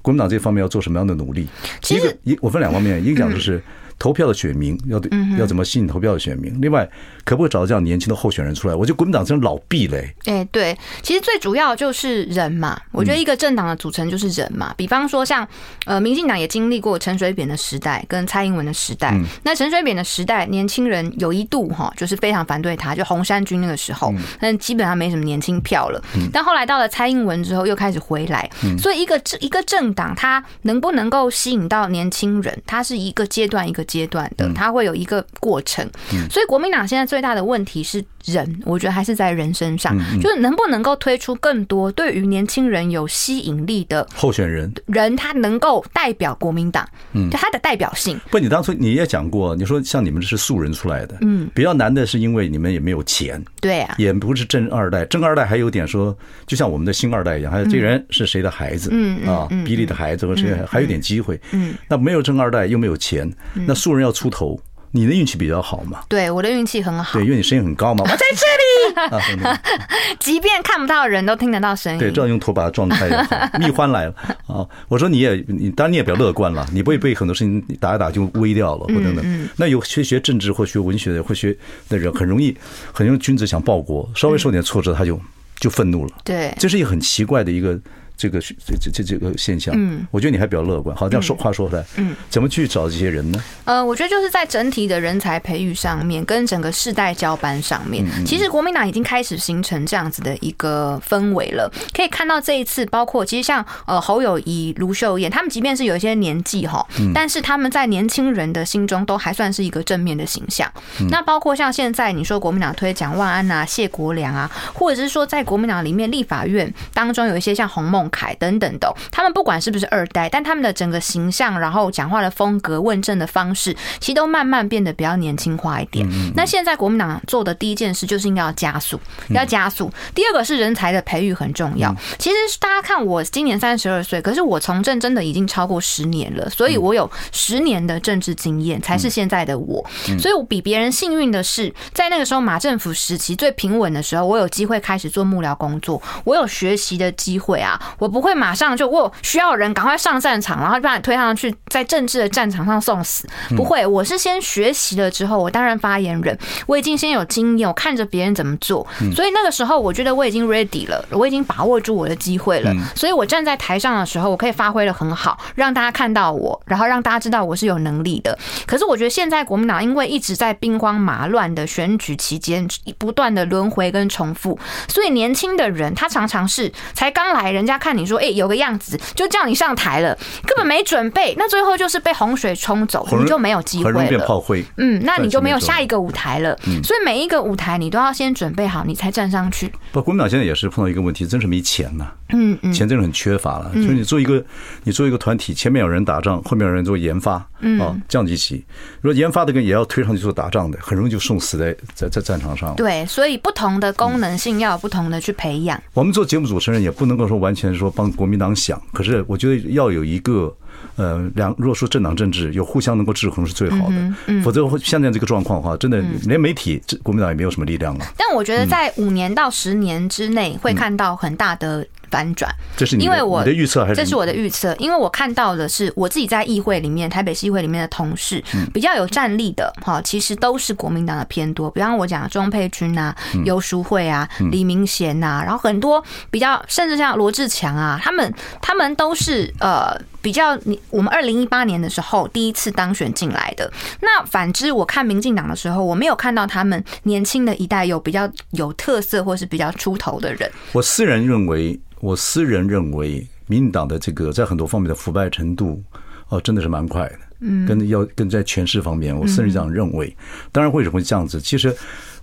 Speaker 1: 国民党这方面要做什么样的努力？
Speaker 2: 其
Speaker 1: 一
Speaker 2: 实
Speaker 1: 个一我分两方面，一个讲就是投票的选民要对要怎么吸引投票的选民，另外可不可以找这样年轻的候选人出来？我觉得国民党真老毕嘞，
Speaker 2: 哎、对，其实最主要就是人嘛。我觉得一个政党的组成就是人嘛。比方说像呃，民进党也经历过陈水扁的时代跟蔡英文的时代。那陈水扁的时代，年轻人有一度哈，就是非常反对他，就红衫军那个时候，但基本上没什么年轻票了。但后来到了蔡英文之后，又开始回来。
Speaker 1: 嗯
Speaker 2: 所以一个一个政党，它能不能够吸引到年轻人，它是一个阶段一个阶段
Speaker 1: 嗯
Speaker 2: 的，它会有一个过程。所以国民党现在最大的问题是人，我觉得还是在人身
Speaker 1: 嗯
Speaker 2: 上，就是能不能够推出更多对于年轻人有吸引力的
Speaker 1: 候选人。
Speaker 2: 人，他能够代表国民党，
Speaker 1: 嗯
Speaker 2: 就他的代表性。
Speaker 1: 不，你当初你也讲过，你说像你们是素人出来的，嗯，比较难的是因为你们也没有钱，
Speaker 2: 对啊，
Speaker 1: 也不是正二代，正二代还有点说，就像我们的星二代一样，还有这个人是谁的孩子，
Speaker 2: 嗯嗯
Speaker 1: 啊，比利的孩子或者谁还有点机会，嗯，那没有正二代又没有钱，那素人要出头，你的运气比较好嘛，
Speaker 2: 对我的运气很好
Speaker 1: 对，，因为你声音很高 嘛，我在这里，啊，对对
Speaker 2: 即便看不到人都听得到声音。
Speaker 1: 对，这样用拖把的状态也好，蜜獾来了啊！我说你也，你当然你也比较乐观了，你不会被很多事情打一打就微掉了或等等。那有学学政治或学文学的或学的人，很容易很容易君子想报国，稍微受点挫折他就就愤怒了，
Speaker 2: 对
Speaker 1: 这是一个很奇怪的一个。这个这这这这个现象，嗯，我觉得你还比较乐观。好，这样说话说回来，嗯，怎么去找这些人呢？
Speaker 2: 呃，我觉得就是在整体的人才培育上面，跟整个世代交班上面，其实国民党已经开始形成这样子的一个氛围了。可以看到这一次，包括其实像呃侯友谊、卢秀燕，他们即便是有一些年纪哈，但是他们在年轻人的心中都还算是一个正面的形象。那包括像现在你说国民党推蒋万安啊、谢国良啊，或者是说在国民党里面立法院当中有一些像洪孟凯等等的哦，他们不管是不是二代，但他们的整个形象，然后讲话的风格、问政的方式，其实都慢慢变得比较年轻化一点。那现在国民党做的第一件事就是应该要加速，要加速。第二个是人才的培育很重要。其实大家看我今年三十二岁，可是我从政真的已经超过十年了，所以我有十年的政治经验，才是现在的我。所以我比别人幸运的是，在那个时候马政府时期最平稳的时候，我有机会开始做幕僚工作，我有学习的机会啊，我不会马上就我需要人赶快上战场，然后就把你推上去，在政治的战场上送死。不会，我是先学习了之后，我担任发言人，我已经先有经验，我看着别人怎么做，所以那个时候我觉得我已经 ready 了，我已经把握住我的机会了，所以我站在台上的时候，我可以发挥的很好，让大家看到我，然后让大家知道我是有能力的。可是我觉得现在国民党因为一直在兵荒马乱的选举期间，不断的轮回跟重复，所以年轻的人他常常是才刚来，人家看你说，哎、有个样子，就叫你上台了，根本没准备，那最后就是被洪水冲走，
Speaker 1: 很容
Speaker 2: 你
Speaker 1: 易
Speaker 2: 就没有机会
Speaker 1: 很容易变炮
Speaker 2: 了。
Speaker 1: 灰。
Speaker 2: 嗯，那你就没有
Speaker 1: 暂时没有嗯
Speaker 2: 下一个舞台了。所以每一个舞台你都要先准备好，你才站上去。
Speaker 1: 不，国民党现在也是碰到一个问题，真是没钱呐、
Speaker 2: 嗯嗯，
Speaker 1: 钱真的很缺乏了。就是你做一个，你做一个团体，前面有人打仗，后面有人做研发，
Speaker 2: 嗯
Speaker 1: 啊，这样一起。如果研发的跟也要推上去做打仗的，很容易就送死在在在战场上。
Speaker 2: 对，所以不同的功能性要有不同的去培养。
Speaker 1: 我们做节目主持人也不能够说完全说帮国民党想，可是我觉得要有一个。呃，两若说政党政治有互相能够制衡是最好
Speaker 2: 嗯
Speaker 1: 的，否则会像这样这个状况的话，真的连媒体，这国民党也没有什么力量了。
Speaker 2: 但我觉得在五年到十年之内会看到很大的反转。
Speaker 1: 这是你
Speaker 2: 因
Speaker 1: 的
Speaker 2: 为我
Speaker 1: 你的预测还是
Speaker 2: 这是我的预
Speaker 1: 嗯
Speaker 2: 测，因为我看到的是我自己在议会里面，台北市议会里面的同事
Speaker 1: 嗯
Speaker 2: 比较有战力的哈，其实都是国民党的偏多。比方我讲的钟佩君啊、
Speaker 1: 嗯
Speaker 2: 游淑慧啊、李明啊贤呐、然后很多比较甚至像罗志强啊，他们他们都是呃比较你我们二零一八年的时候第一次当选进来的。那反之，我看民进党的时候，我没有看到他们年轻的一代有比较有特色或是比较出头的人。
Speaker 1: 我私人认为，我私人认为，民进党的这个在很多方面的腐败程度，哦，真的是蛮快的。嗯，跟要跟在权势方面，我私人这样认为。当然，为什么会这样子？其实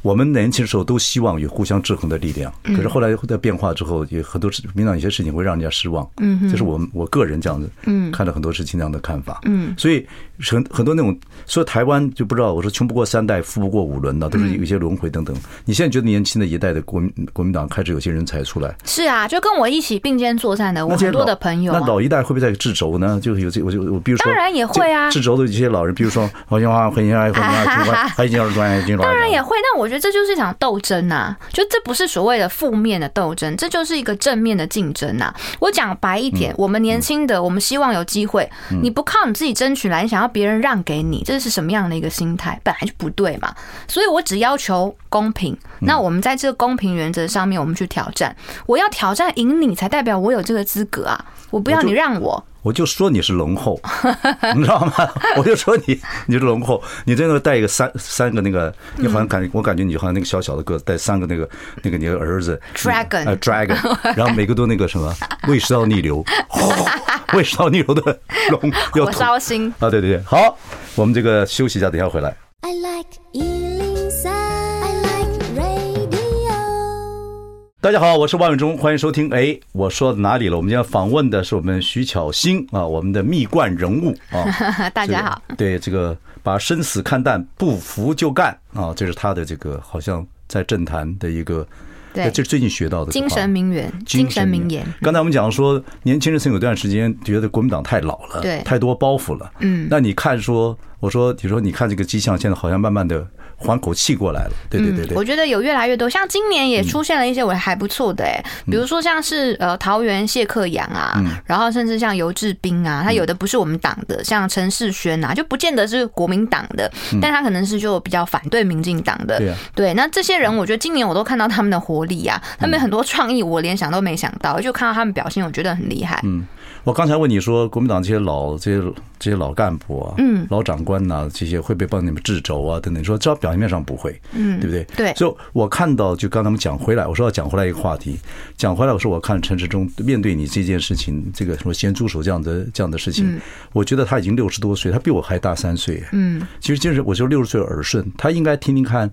Speaker 1: 我们年轻的时候都希望有互相制衡的力量，可是后来在变化之后，有很多事，民进党有些事情会让人家失望。嗯，这是我我个人这样子，嗯，看了很多事情这样的看法。嗯，所以很很多那种说台湾就不知道，我说穷不过三代，富不过五轮呢，都是有一些轮回等等。你现在觉得年轻的一代的国民国民党开始有些人才出来，
Speaker 2: 是啊，就跟我一起并肩作战的我
Speaker 1: 那些
Speaker 2: 很多
Speaker 1: 老
Speaker 2: 的朋友、啊
Speaker 1: 那，老一代会不会在制轴呢？就有这，我就我比如说，
Speaker 2: 当然也会啊
Speaker 1: 制轴的一些老人，比如说黄兴华、黄兴华、黄兴华、黄兴华、黄兴华，
Speaker 2: 当然也会，但我觉得这就是一场斗争呐、就这不是所谓的负面的斗争，这就是一个正面的竞争呐、啊我讲白一点，我们年轻的，我们希望有机会，你不靠你自己争取来，你想要别人让给你，这是什么样的一个心态？本来就不对嘛。所以我只要求公平。那我们在这个公平原则上面，我们去挑战。我要挑战赢你，才代表我有这个资格啊！我不要
Speaker 1: 我就
Speaker 2: 你让我。
Speaker 1: 我就说你是龙 后，你知道吗？我就说你你是龙后，你真的带一个三三个那个，
Speaker 2: 嗯
Speaker 1: 你好像感我感觉你好像那个小小的个带三个那个那个你的儿子
Speaker 2: Dragon
Speaker 1: 呃 dragon，然后每个都那个什么胃食道逆流，哦胃食道逆流的龙要
Speaker 2: 火
Speaker 1: 吐
Speaker 2: 烧心。
Speaker 1: 啊，对对对，好，我们这个休息一下，等一下回来。
Speaker 3: I like Ealing Sound. I like radio.
Speaker 1: 大家好，我是万永忠，欢迎收听。哎，我说到哪里了？我们今天访问的是我们徐巧芯啊，我们的蜜罐人物啊。
Speaker 2: 大家好，
Speaker 1: 这个，对这个把生死看淡，不服就干啊，这是他的这个好像在政坛的一个，
Speaker 2: 对
Speaker 1: 这是最近学到的
Speaker 2: 精神
Speaker 1: 名。
Speaker 2: 名媛，精神名言。。
Speaker 1: 刚才我们讲说，年轻人曾有段时间觉得国民党太老了，
Speaker 2: 对
Speaker 1: 太多包袱了。嗯，那你看说，我说，你说你看这个迹象，现在好像慢慢的缓口气过来了。对对对
Speaker 2: 嗯我
Speaker 1: 对，嗯
Speaker 2: 觉得有越来越多，像今年也出现了一些我还不错的哎、比如说像是呃桃园谢克阳啊，
Speaker 1: 嗯
Speaker 2: 然后甚至像尤志斌啊，他有的不是我们党的，像陈世轩啊，就不见得是国民党的，但他可能是就比较反对民进党的。
Speaker 1: 嗯对啊
Speaker 2: 对，那这些人我觉得今年我都看到他们的活力啊，他
Speaker 1: 嗯
Speaker 2: 们很多创意我连想都没想到，就看到他们表现，我觉得很厉害。
Speaker 1: 嗯我刚才问你说，国民党这些老、这些这些老干部啊，嗯，老长官呐、这些会不会帮你们制轴啊？等等，你说只要表面上不会，嗯，对不对？
Speaker 2: 对
Speaker 1: 所以我看到，就刚才我们讲回来，我说要讲回来一个话题，讲回来，我说我看陈时中面对你这件事情，这个什么咸猪手这样的这样的事情，我觉得他已经六十多岁，他比我还大三岁，嗯，其实就是我就六十岁耳顺，他应该听听看。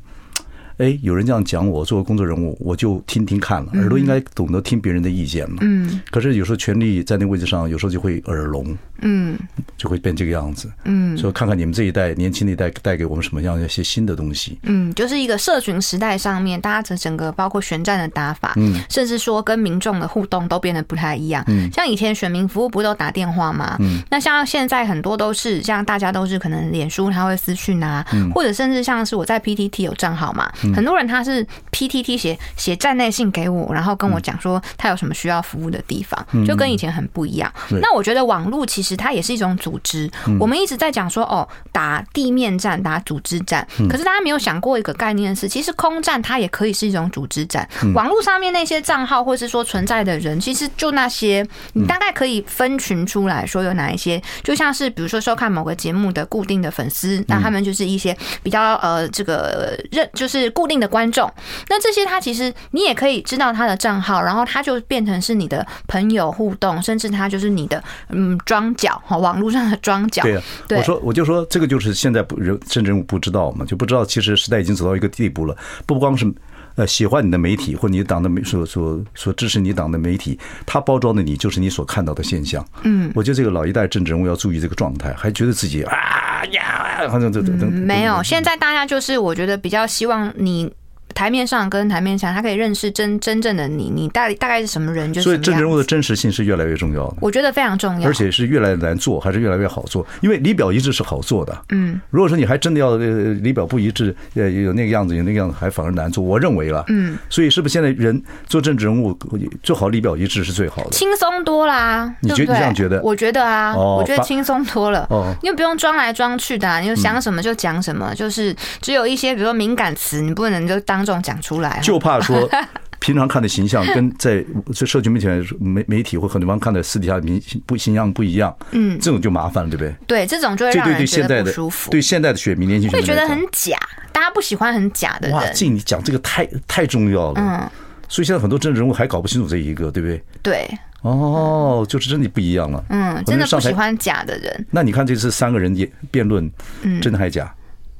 Speaker 1: 哎，有人这样讲我，作为工作人物，我就听听看了，耳朵应该懂得听别人的意见嘛。嗯。可是有时候权力在那位置上，有时候就会耳聋，
Speaker 2: 嗯，
Speaker 1: 就会变这个样子。嗯。所以看看你们这一代年轻的一代带给我们什么样的一些新的东西。
Speaker 2: 嗯，就是一个社群时代上面，大家整整个包括选战的打法，嗯，甚至说跟民众的互动都变得不太一样。嗯，像以前选民服务不都打电话吗？嗯，那像现在很多都是像大家都是可能脸书他会私讯啊，或者甚至像是我在 PTT 有账号嘛，很多人他是 PTT 写写站内信给我，然后跟我讲说他有什么需要服务的地方，就跟以前很不一样。
Speaker 1: 对
Speaker 2: 那我觉得网络其实它也是一种组织，我们一直在讲说哦，打地面战、打组织战，可是大家没有想过一个概念是，其实空战它也可以是一种组织战。网络上面那些账号或是说存在的人，其实就那些，
Speaker 1: 嗯
Speaker 2: 你大概可以分群出来说有哪一些，就像是比如说收看某个节目的固定的粉丝，
Speaker 1: 嗯
Speaker 2: 那他们就是一些比较呃这个认就是固定的观众，那这些他其实你也可以知道他的账号，然后他就变成是你的朋友互动，甚至他就是你的嗯庄脚哈，网络上的庄脚。
Speaker 1: 对呀、
Speaker 2: 对
Speaker 1: 我说我就说这个就是现在不人政治人物不知道嘛，就不知道其实时代已经走到一个地步了，不光是。呃，喜欢你的媒体或你党的媒所所所支持你党的媒体，它包装的你就是你所看到的现象。嗯，我觉得这个老一代政治人物要注意这个状态，还觉得自己啊呀，好像这这这
Speaker 2: 没有，现在大家就是我觉得比较希望你。台面上跟台面下，他可以认识真真正的你，你大大概是什么人，就是
Speaker 1: 所以
Speaker 2: 什么
Speaker 1: 政治人
Speaker 2: 样
Speaker 1: 物的真实性是越来越重要的，
Speaker 2: 我觉得非常重要。
Speaker 1: 而且是越来越难做，还是越来越好做？因为里表一致是好做的，嗯，如果说你还真的要呃里表不一致，呃有那个样子有那个样子，还反而难做，我认为了，嗯，所以是不是现在人做政治人物最好里表一致是最好的？
Speaker 2: 轻松多啦，
Speaker 1: 你
Speaker 2: 对
Speaker 1: 觉
Speaker 2: 不
Speaker 1: 你
Speaker 2: 对
Speaker 1: 这样觉得
Speaker 2: 我觉得啊，
Speaker 1: 哦
Speaker 2: 我觉得
Speaker 1: 反
Speaker 2: 轻松多了，
Speaker 1: 哦嗯
Speaker 2: 你又不用装来装去的、啊，你就想什么就讲什么，就是只有一些比如说敏感词，你不能就当众讲出来。啊
Speaker 1: 就怕说 平常看的形象跟在这社群媒体媒媒体或很多地方看的私底下明不形象不一样，嗯，这种就麻烦了，对不对？
Speaker 2: 对，这种就会
Speaker 1: 这
Speaker 2: 让
Speaker 1: 对
Speaker 2: 人
Speaker 1: 对
Speaker 2: 觉
Speaker 1: 现
Speaker 2: 得
Speaker 1: 在
Speaker 2: 不
Speaker 1: 的
Speaker 2: 舒服，
Speaker 1: 对现在的选民年轻选
Speaker 2: 会
Speaker 1: 民
Speaker 2: 觉
Speaker 1: 来
Speaker 2: 得
Speaker 1: 讲
Speaker 2: 很假，大家不喜欢很假的
Speaker 1: 哇，
Speaker 2: 人。
Speaker 1: 静，你讲这个太太重要了。嗯，所以现在很多政治人物还搞不清楚这一个，对不对？
Speaker 2: 对，
Speaker 1: 哦，就是真的不一样了。
Speaker 2: 嗯，
Speaker 1: 我
Speaker 2: 真
Speaker 1: 们
Speaker 2: 的不
Speaker 1: 上
Speaker 2: 喜
Speaker 1: 台。
Speaker 2: 欢假的人。
Speaker 1: 那你看这次三个人也辩论，
Speaker 2: 嗯
Speaker 1: 真的还假？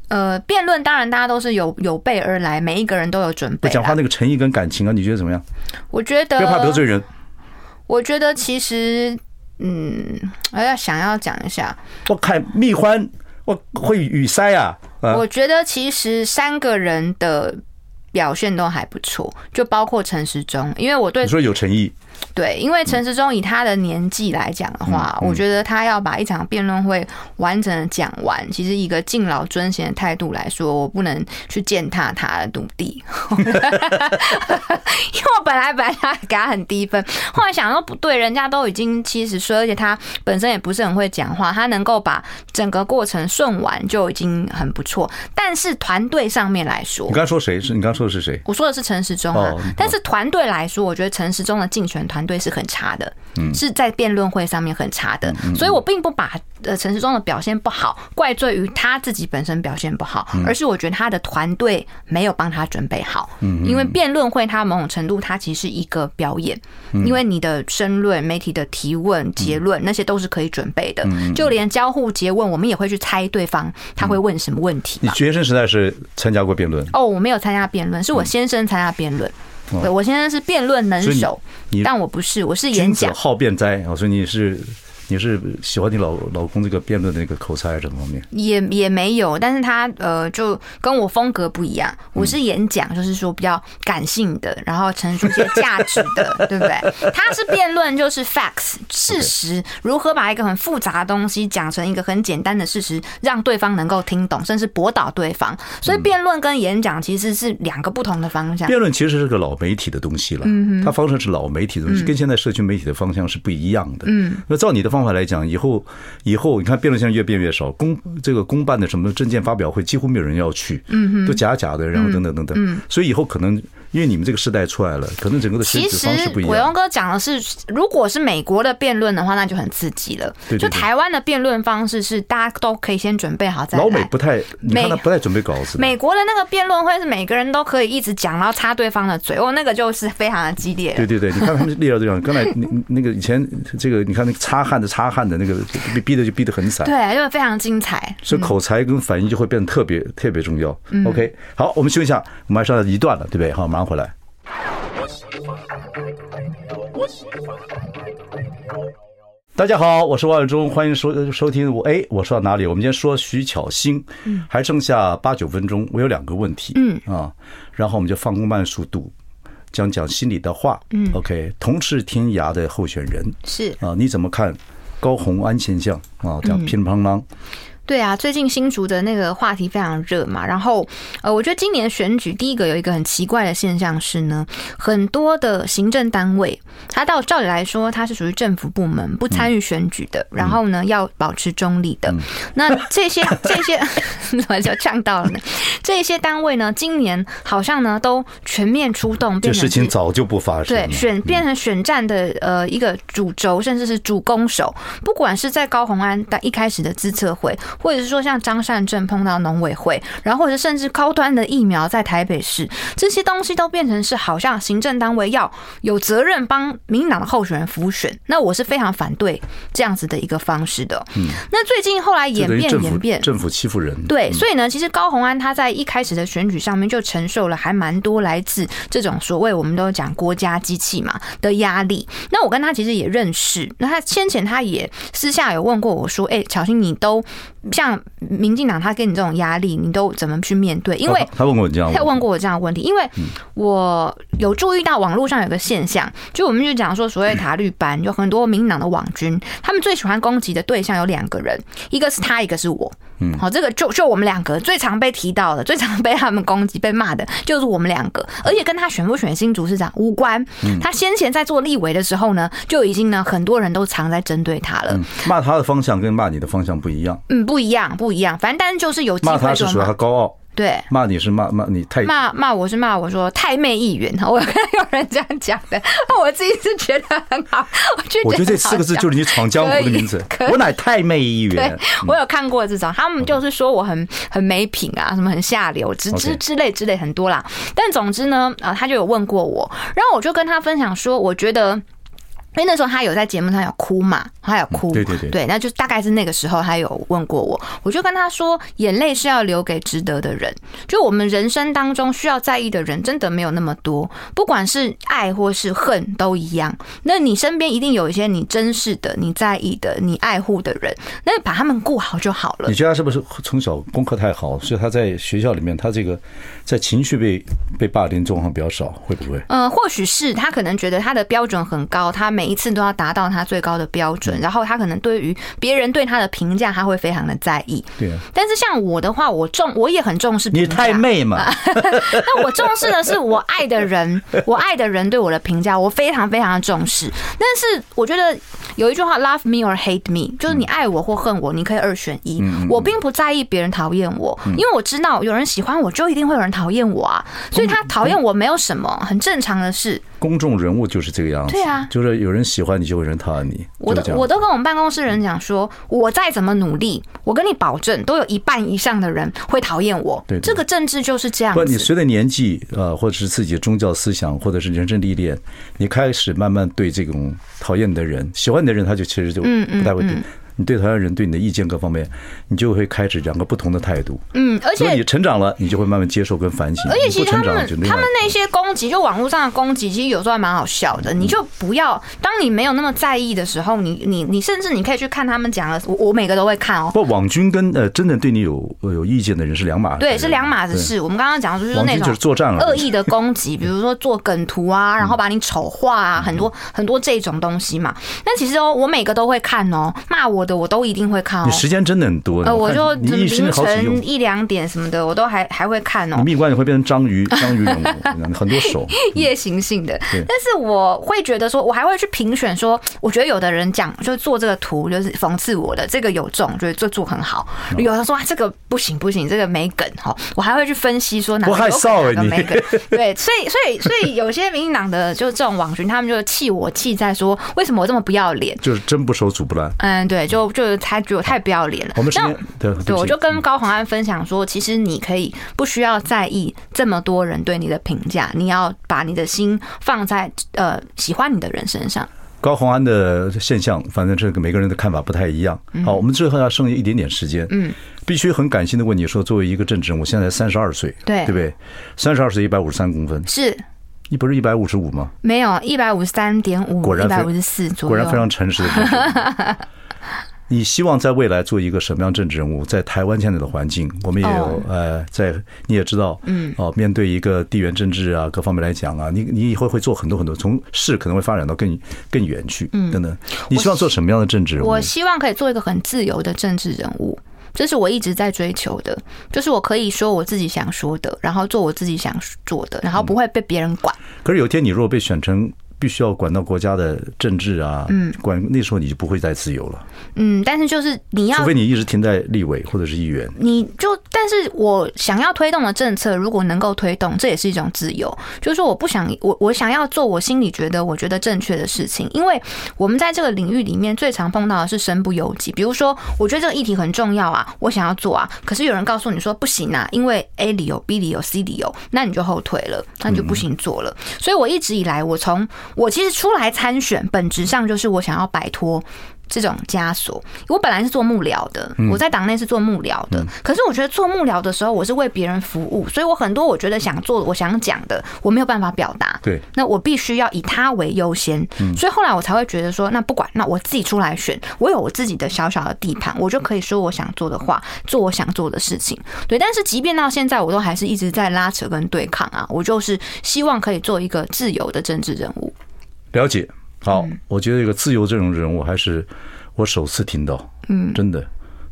Speaker 2: 呃，辩论当然大家都是有有备而来，每一个人都有准
Speaker 1: 不
Speaker 2: 备啦。
Speaker 1: 讲话那个诚意跟感情啊，你觉得怎么样？
Speaker 2: 我觉得
Speaker 1: 不要怕得罪人。
Speaker 2: 我觉得其实，嗯，我要想要讲一下，
Speaker 1: 我看蜜獾，我会语塞啊。啊
Speaker 2: 我觉得其实三个人的表现都还不错，就包括陈时中，因为我对
Speaker 1: 你说有诚意，
Speaker 2: 对，因为陈时中以他的年纪来讲的话，我觉得他要把一场辩论会完整的讲完，其实以一个敬老尊贤的态度来说，我不能去践踏他的努力， 因为我本来本来想给他很低分，后来想说不对，人家都已经七十岁，而且他本身也不是很会讲话，他能够把整个过程顺完就已经很不错。但是团队上面来说
Speaker 1: 你，刚才说谁？是你刚才说的是谁？
Speaker 2: 我说的是陈时中啊，
Speaker 1: 哦
Speaker 2: 但是团队来说，我觉得陈时中的竞选团队是很差的，是在辩论会上面很差的，所以我并不把呃陈时中的表现不好怪罪于他自己本身表现不好，而是我觉得他的团队没有帮他准备好，因为辩论会它某种程度它其实是一个表演，因为你的申论、媒体的提问、结论那些都是可以准备的，就连交互诘问，我们也会去猜对方他会问什么问题嘛
Speaker 1: 你学生时代是参加过辩论，
Speaker 2: 哦，我没有参加辩论，是我先生参加辩论。
Speaker 1: 嗯哦
Speaker 2: 对，我先生是辩论能
Speaker 1: 所以你
Speaker 2: 手，
Speaker 1: 你
Speaker 2: 但我不是，我是演
Speaker 1: 君子
Speaker 2: 讲。
Speaker 1: 好辩哉啊！所以你是你是喜欢你老老公这个辩论的那个口才还是什么方面？
Speaker 2: 也也没有，但是他呃，就跟我风格不一样。
Speaker 1: 嗯
Speaker 2: 我是演讲，就是说比较感性的，然后陈述一些价值 的，对不对？他是辩论，就是 facts 事实，如何把一个很复杂的东西讲成一个很简单的事实，让对方能够听懂，甚至驳倒对方。
Speaker 1: 嗯
Speaker 2: 所以辩论跟演讲其实是两个不同的方 向。
Speaker 1: 辩论其实是个老媒体的东西了，它方向是老媒体的东西，跟现在社群媒体的方向是不一样的。嗯，那照你的方法来讲，以后以后你看辩论现在越变越少，公这个公办的什么证件发表会几乎没有人要去，嗯，都嗯假假的，然后等等等等，所以以后可能因为你们这个时代出来了，可能整个的选
Speaker 2: 其
Speaker 1: 举
Speaker 2: 实
Speaker 1: 方式不一
Speaker 2: 伟
Speaker 1: 样
Speaker 2: 庸。哥讲的是，如果是美国的辩论的话，那就很刺激了。
Speaker 1: 对对
Speaker 2: 就
Speaker 1: 对
Speaker 2: 台湾的辩论方式是大家都可以先准备好再来。
Speaker 1: 老美不太，你看他
Speaker 2: 美
Speaker 1: 不太准备稿子的，
Speaker 2: 美国的那个辩论会是每个人都可以一直讲，然后插对方的嘴，哦，那个就是非常的激烈了。
Speaker 1: 对对对，你看他们力量这样，刚才那那个以前这个，你看那个擦汗的擦汗的那个，逼逼的就逼得很惨。
Speaker 2: 对，就非常精彩。
Speaker 1: 所以口才跟反应就会变得特别特别重要。OK，好，我们休息一下，我们还剩下一段了，对不对？好，马上回来。大家好，我是万永忠，欢迎收收听我。哎，我说到哪里？我们今天说徐巧芯，还剩下八九分钟，我有两个问题，嗯啊，然后我们就放慢速度，讲讲心里的话，嗯，OK，同是天涯的候选人
Speaker 2: 是
Speaker 1: 啊，你怎么看高红安现象啊？这样乒乓啷，
Speaker 2: 对啊，最近新竹的那个话题非常热嘛。然后，呃，我觉得今年选举第一个有一个很奇怪的现象是呢，很多的行政单位，它到照理来说它是属于政府部门，不参与选举的，
Speaker 1: 嗯
Speaker 2: 然后呢要保持中立的。那这些这些 怎么就呛到了呢？这些单位呢，今年好像呢都全面出动，
Speaker 1: 这
Speaker 2: 变成
Speaker 1: 事情
Speaker 2: 是
Speaker 1: 早就不发生嗯了
Speaker 2: 对，。选变成选战的呃一个主轴，甚至是主攻手。不管是在高鸿安的一开始的自测会，或者是说像张善政碰到农委会，然后或者甚至高端的疫苗在台北市，这些东西都变成是好像行政单位要有责任帮民进党的候选人辅选。那我是非常反对这样子的一个方式的。那最近后来
Speaker 1: 就嗯
Speaker 2: 演
Speaker 1: 等于
Speaker 2: 变
Speaker 1: 政
Speaker 2: 演
Speaker 1: 府
Speaker 2: 变，
Speaker 1: 政府欺负人，
Speaker 2: 对，所以呢，其实高鸿安他在一开始的选举上面就承受了还蛮多来自这种所谓我们都讲国家机器嘛的压力。那我跟他其实也认识，那他先前他也私下有问过我说：“哎、巧心，你都像民进党他给你这种压力，你都怎么去面对？” 因为
Speaker 1: 啊他嗯他问过你这样，
Speaker 2: 他问过我这样的问题，因为我有注意到网络上有个现象，就我们就讲说所谓塔绿班，有很多民进党的网军，他们最喜欢攻击的对象有两个人，一个是他，一个是我。嗯，好，这个就就我们两个最常被提到的， 最常被他们攻击、被骂的，就是我们两个，而且跟他选不选新竹市长无关。
Speaker 1: 嗯
Speaker 2: 他先前在做立委的时候呢，就已经呢很多人都常在针对他了。
Speaker 1: 嗯骂他的方向跟骂你的方向不一样，
Speaker 2: 嗯，不一样，不一样，反正但是就是有机
Speaker 1: 骂
Speaker 2: 会
Speaker 1: 他是
Speaker 2: 就
Speaker 1: 属于他高傲，
Speaker 2: 对，
Speaker 1: 骂你是骂骂你太
Speaker 2: 骂骂我是骂我说太妹议员，我有看到有人这样讲的，我自己是觉得很好，我就
Speaker 1: 我觉得这
Speaker 2: 很好
Speaker 1: 四个字
Speaker 2: 笑
Speaker 1: 就是你闯江湖的名字
Speaker 2: 可以可。以
Speaker 1: 我乃太妹议员嗯
Speaker 2: 对，我有看过这种，他们就是说我很很没品啊，什么很下流，之之
Speaker 1: OK
Speaker 2: 之类之类很多啦。但总之呢，呃，他就有问过我，然后我就跟他分享说，我觉得。因为那时候他有在节目上有哭嘛，他有哭，
Speaker 1: 嗯对对对
Speaker 2: 那就大概是那个时候他有问过我，我就跟他说，眼泪是要留给值得的人，就我们人生当中需要在意的人真的没有那么多，不管是爱或是恨都一样。那你身边一定有一些你珍视的、你在意的、你爱护的人，那把他们顾好就好了
Speaker 1: 你。觉得他是不是从小功课太好，所以他在学校里面他这个在情绪被被霸凌状况比较少，会不会？
Speaker 2: 嗯，或许是他可能觉得他的标准很高，他每一次都要达到他最高的标
Speaker 1: 嗯
Speaker 2: 准，然后他可能对于别人对他的评价，他会非常的在意。
Speaker 1: 对啊，
Speaker 2: 但是像我的话，我重我也很重视评
Speaker 1: 你
Speaker 2: 价。
Speaker 1: 太妹嘛，
Speaker 2: 嗯 那我重视的是我爱的人， 我爱的人对我的评价，我非常非常的重视。但是我觉得有一句话，love me or hate me，就是你爱我或恨我，你可以二选
Speaker 1: 嗯
Speaker 2: 一。我并不在意别人讨厌我，因为我知道有人喜欢我，就一定会有人讨厌我啊。所以他讨厌我没有什么，很正常的事。
Speaker 1: 公众人物就是这个样子。
Speaker 2: 对啊
Speaker 1: 就是有人喜欢你，就有人讨厌你。
Speaker 2: 我
Speaker 1: 就这
Speaker 2: 都
Speaker 1: 样
Speaker 2: 我都跟我们办公室人讲说，我再怎么努力，我跟你保证，都有一半以上的人会讨厌我。
Speaker 1: 对对
Speaker 2: 这个政治就是这样
Speaker 1: 不，
Speaker 2: 子。
Speaker 1: 你随着年纪呃，或者是自己的宗教思想，或者是人生历练，你开始慢慢对这种讨厌你的人、喜欢你的人，他就其实就
Speaker 2: 嗯
Speaker 1: 不太会对。你对讨厌人对你的意见各方面，你就会开始两个不同的态度。
Speaker 2: 嗯，而且
Speaker 1: 所以你成长了，你就会慢慢接受跟反省。
Speaker 2: 而且
Speaker 1: 你
Speaker 2: 其
Speaker 1: 不
Speaker 2: 实他
Speaker 1: 成长
Speaker 2: 们
Speaker 1: 就另
Speaker 2: 他
Speaker 1: 外
Speaker 2: 们那些攻击，就网络上的攻击，其实有时候还蛮好笑
Speaker 1: 嗯
Speaker 2: 的。你就不要，当你没有那么在意的时候，你你你甚至你可以去看他们讲的，我我每个都会看哦。
Speaker 1: 不网军跟呃真正对你有呃有意见的人是两码。
Speaker 2: 对，是两码子
Speaker 1: 对。
Speaker 2: 事。我们刚刚讲的就是
Speaker 1: 网
Speaker 2: 那
Speaker 1: 军
Speaker 2: 种
Speaker 1: 就是作战了嗯
Speaker 2: 恶。意的 攻击，比如说做梗图啊，然后把你丑化啊，很多很多这种东西嘛。但其实哦，我每个都会看哦，骂我的我都一定会看哦
Speaker 1: 你。时间真的很多呢。
Speaker 2: 呃，我
Speaker 1: 看
Speaker 2: 就
Speaker 1: 你
Speaker 2: 怎么
Speaker 1: 一生
Speaker 2: 凌
Speaker 1: 好几用
Speaker 2: 晨。一两点什么的，我都还还会看哦
Speaker 1: 你。蜜罐也会变成章鱼，章鱼人物， 很多手。
Speaker 2: 夜行性的，
Speaker 1: 对
Speaker 2: 但是我会觉得说，我还会去评选说，我觉得有的人讲就做这个图就是讽刺我的，这个有中，就是做做很好；有的说啊这个不行不行，这个没梗哈，我还会去分析说哪
Speaker 1: 我害
Speaker 2: 个有
Speaker 1: 臊
Speaker 2: 梗
Speaker 1: 了
Speaker 2: 哪个
Speaker 1: 你
Speaker 2: 没梗。对，所以所以所以有些民进党的就是这种网军，他们就气我气在说，为什么我这么不要脸？
Speaker 1: 就是真不熟，煮不烂。
Speaker 2: 嗯，对，就就他觉得我太不要脸了。
Speaker 1: 我们时
Speaker 2: 那
Speaker 1: 间对不起嗯
Speaker 2: 对，我就跟高宏安分享说，其实你可以不需要在意这么多人对你的评价，你要把你的心放在呃喜欢你的人身上。
Speaker 1: 高洪安的现象，反正这个每个人的看法不太一样。好，我们最后要剩一点点时间，嗯，必须很感性的问你说，作为一个政治人物，现在三十二岁，
Speaker 2: 对
Speaker 1: 对不对？三十二岁一百五十三公分，
Speaker 2: 是
Speaker 1: 你不是一百五十五吗？
Speaker 2: 没有一百五十三点五，
Speaker 1: 果
Speaker 2: 一
Speaker 1: 然非
Speaker 2: 百五十四左右，
Speaker 1: 果然非常诚实的同学。 你希望在未来做一个什么样政治人物？在台湾现在的环境，我们也有、
Speaker 2: 哦
Speaker 1: 呃，在你也知道，嗯，哦、面对一个地缘政治啊，各方面来讲啊，你你以后会做很多很多，从事可能会发展到更更远去，嗯，等等。你希望做什么样的政治人物
Speaker 2: 我？希望可以做一个很自由的政治人物，这是我一直在追求的，就是我可以说我自己想说的，然后做我自己想做的，然后
Speaker 1: 嗯
Speaker 2: 不会被别人管。
Speaker 1: 可是有一天你如果被选成。必须要管到国家的政治啊，嗯，管那时候你就不会再自由了，
Speaker 2: 嗯，但是就是你要
Speaker 1: 除非你一直停在立委或者是议员。
Speaker 2: 你就，但是我想要推动的政策，如果能够推动，这也是一种自由。就是说，我不想，我我想要做我心里觉得我觉得正确的事情，因为我们在这个领域里面最常碰到的是身不由己。比如说，我觉得这个议题很重要啊，我想要做啊，可是有人告诉你说不行啊，因为 A 理由、B 理由、C 理由，那你就后退了，那你就不行做了。所以我一直以来，我从我其实出来参选，本质上就是我想要摆脱这种枷锁。我本来是做幕僚的，我在党内是做幕僚的，可是我觉得做幕僚的时候，我是为别人服务，所以我很多我觉得想做的、我想讲的，我没有办法表达。
Speaker 1: 对，
Speaker 2: 那我必须要以他为优先，所以后来我才会觉得说，那不管，那我自己出来选，我有我自己的小小的地盘，我就可以说我想做的话，做我想做的事情。对，但是即便到现在，我都还是一直在拉扯跟对抗啊，我就是希望可以做一个自由的政治人物。
Speaker 1: 了解，好，我觉得这个自由这种人物还是我首次听到，嗯，真的。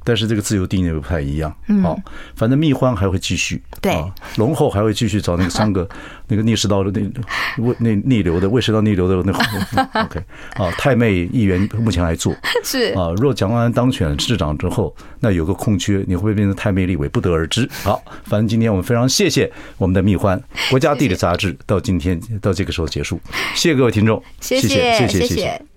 Speaker 1: 但是这个自由定义又不太一样。好，反正蜜獾还会继续，
Speaker 2: 对
Speaker 1: 啊，龙后还会继续找那个三个那个逆食道的那胃那逆流的胃食道逆流的那个 OK 啊，太妹议员目前还做
Speaker 2: 是
Speaker 1: 啊。若蒋万安当选市长之后，那有个空缺，你会不会变成太妹立委？不得而知。好，反正今天我们非常谢谢我们的蜜獾《国家地理》杂志，到今天到这个时候结束，谢谢各位听众，
Speaker 2: 谢
Speaker 1: 谢谢谢
Speaker 2: 谢
Speaker 1: 谢。
Speaker 2: 谢。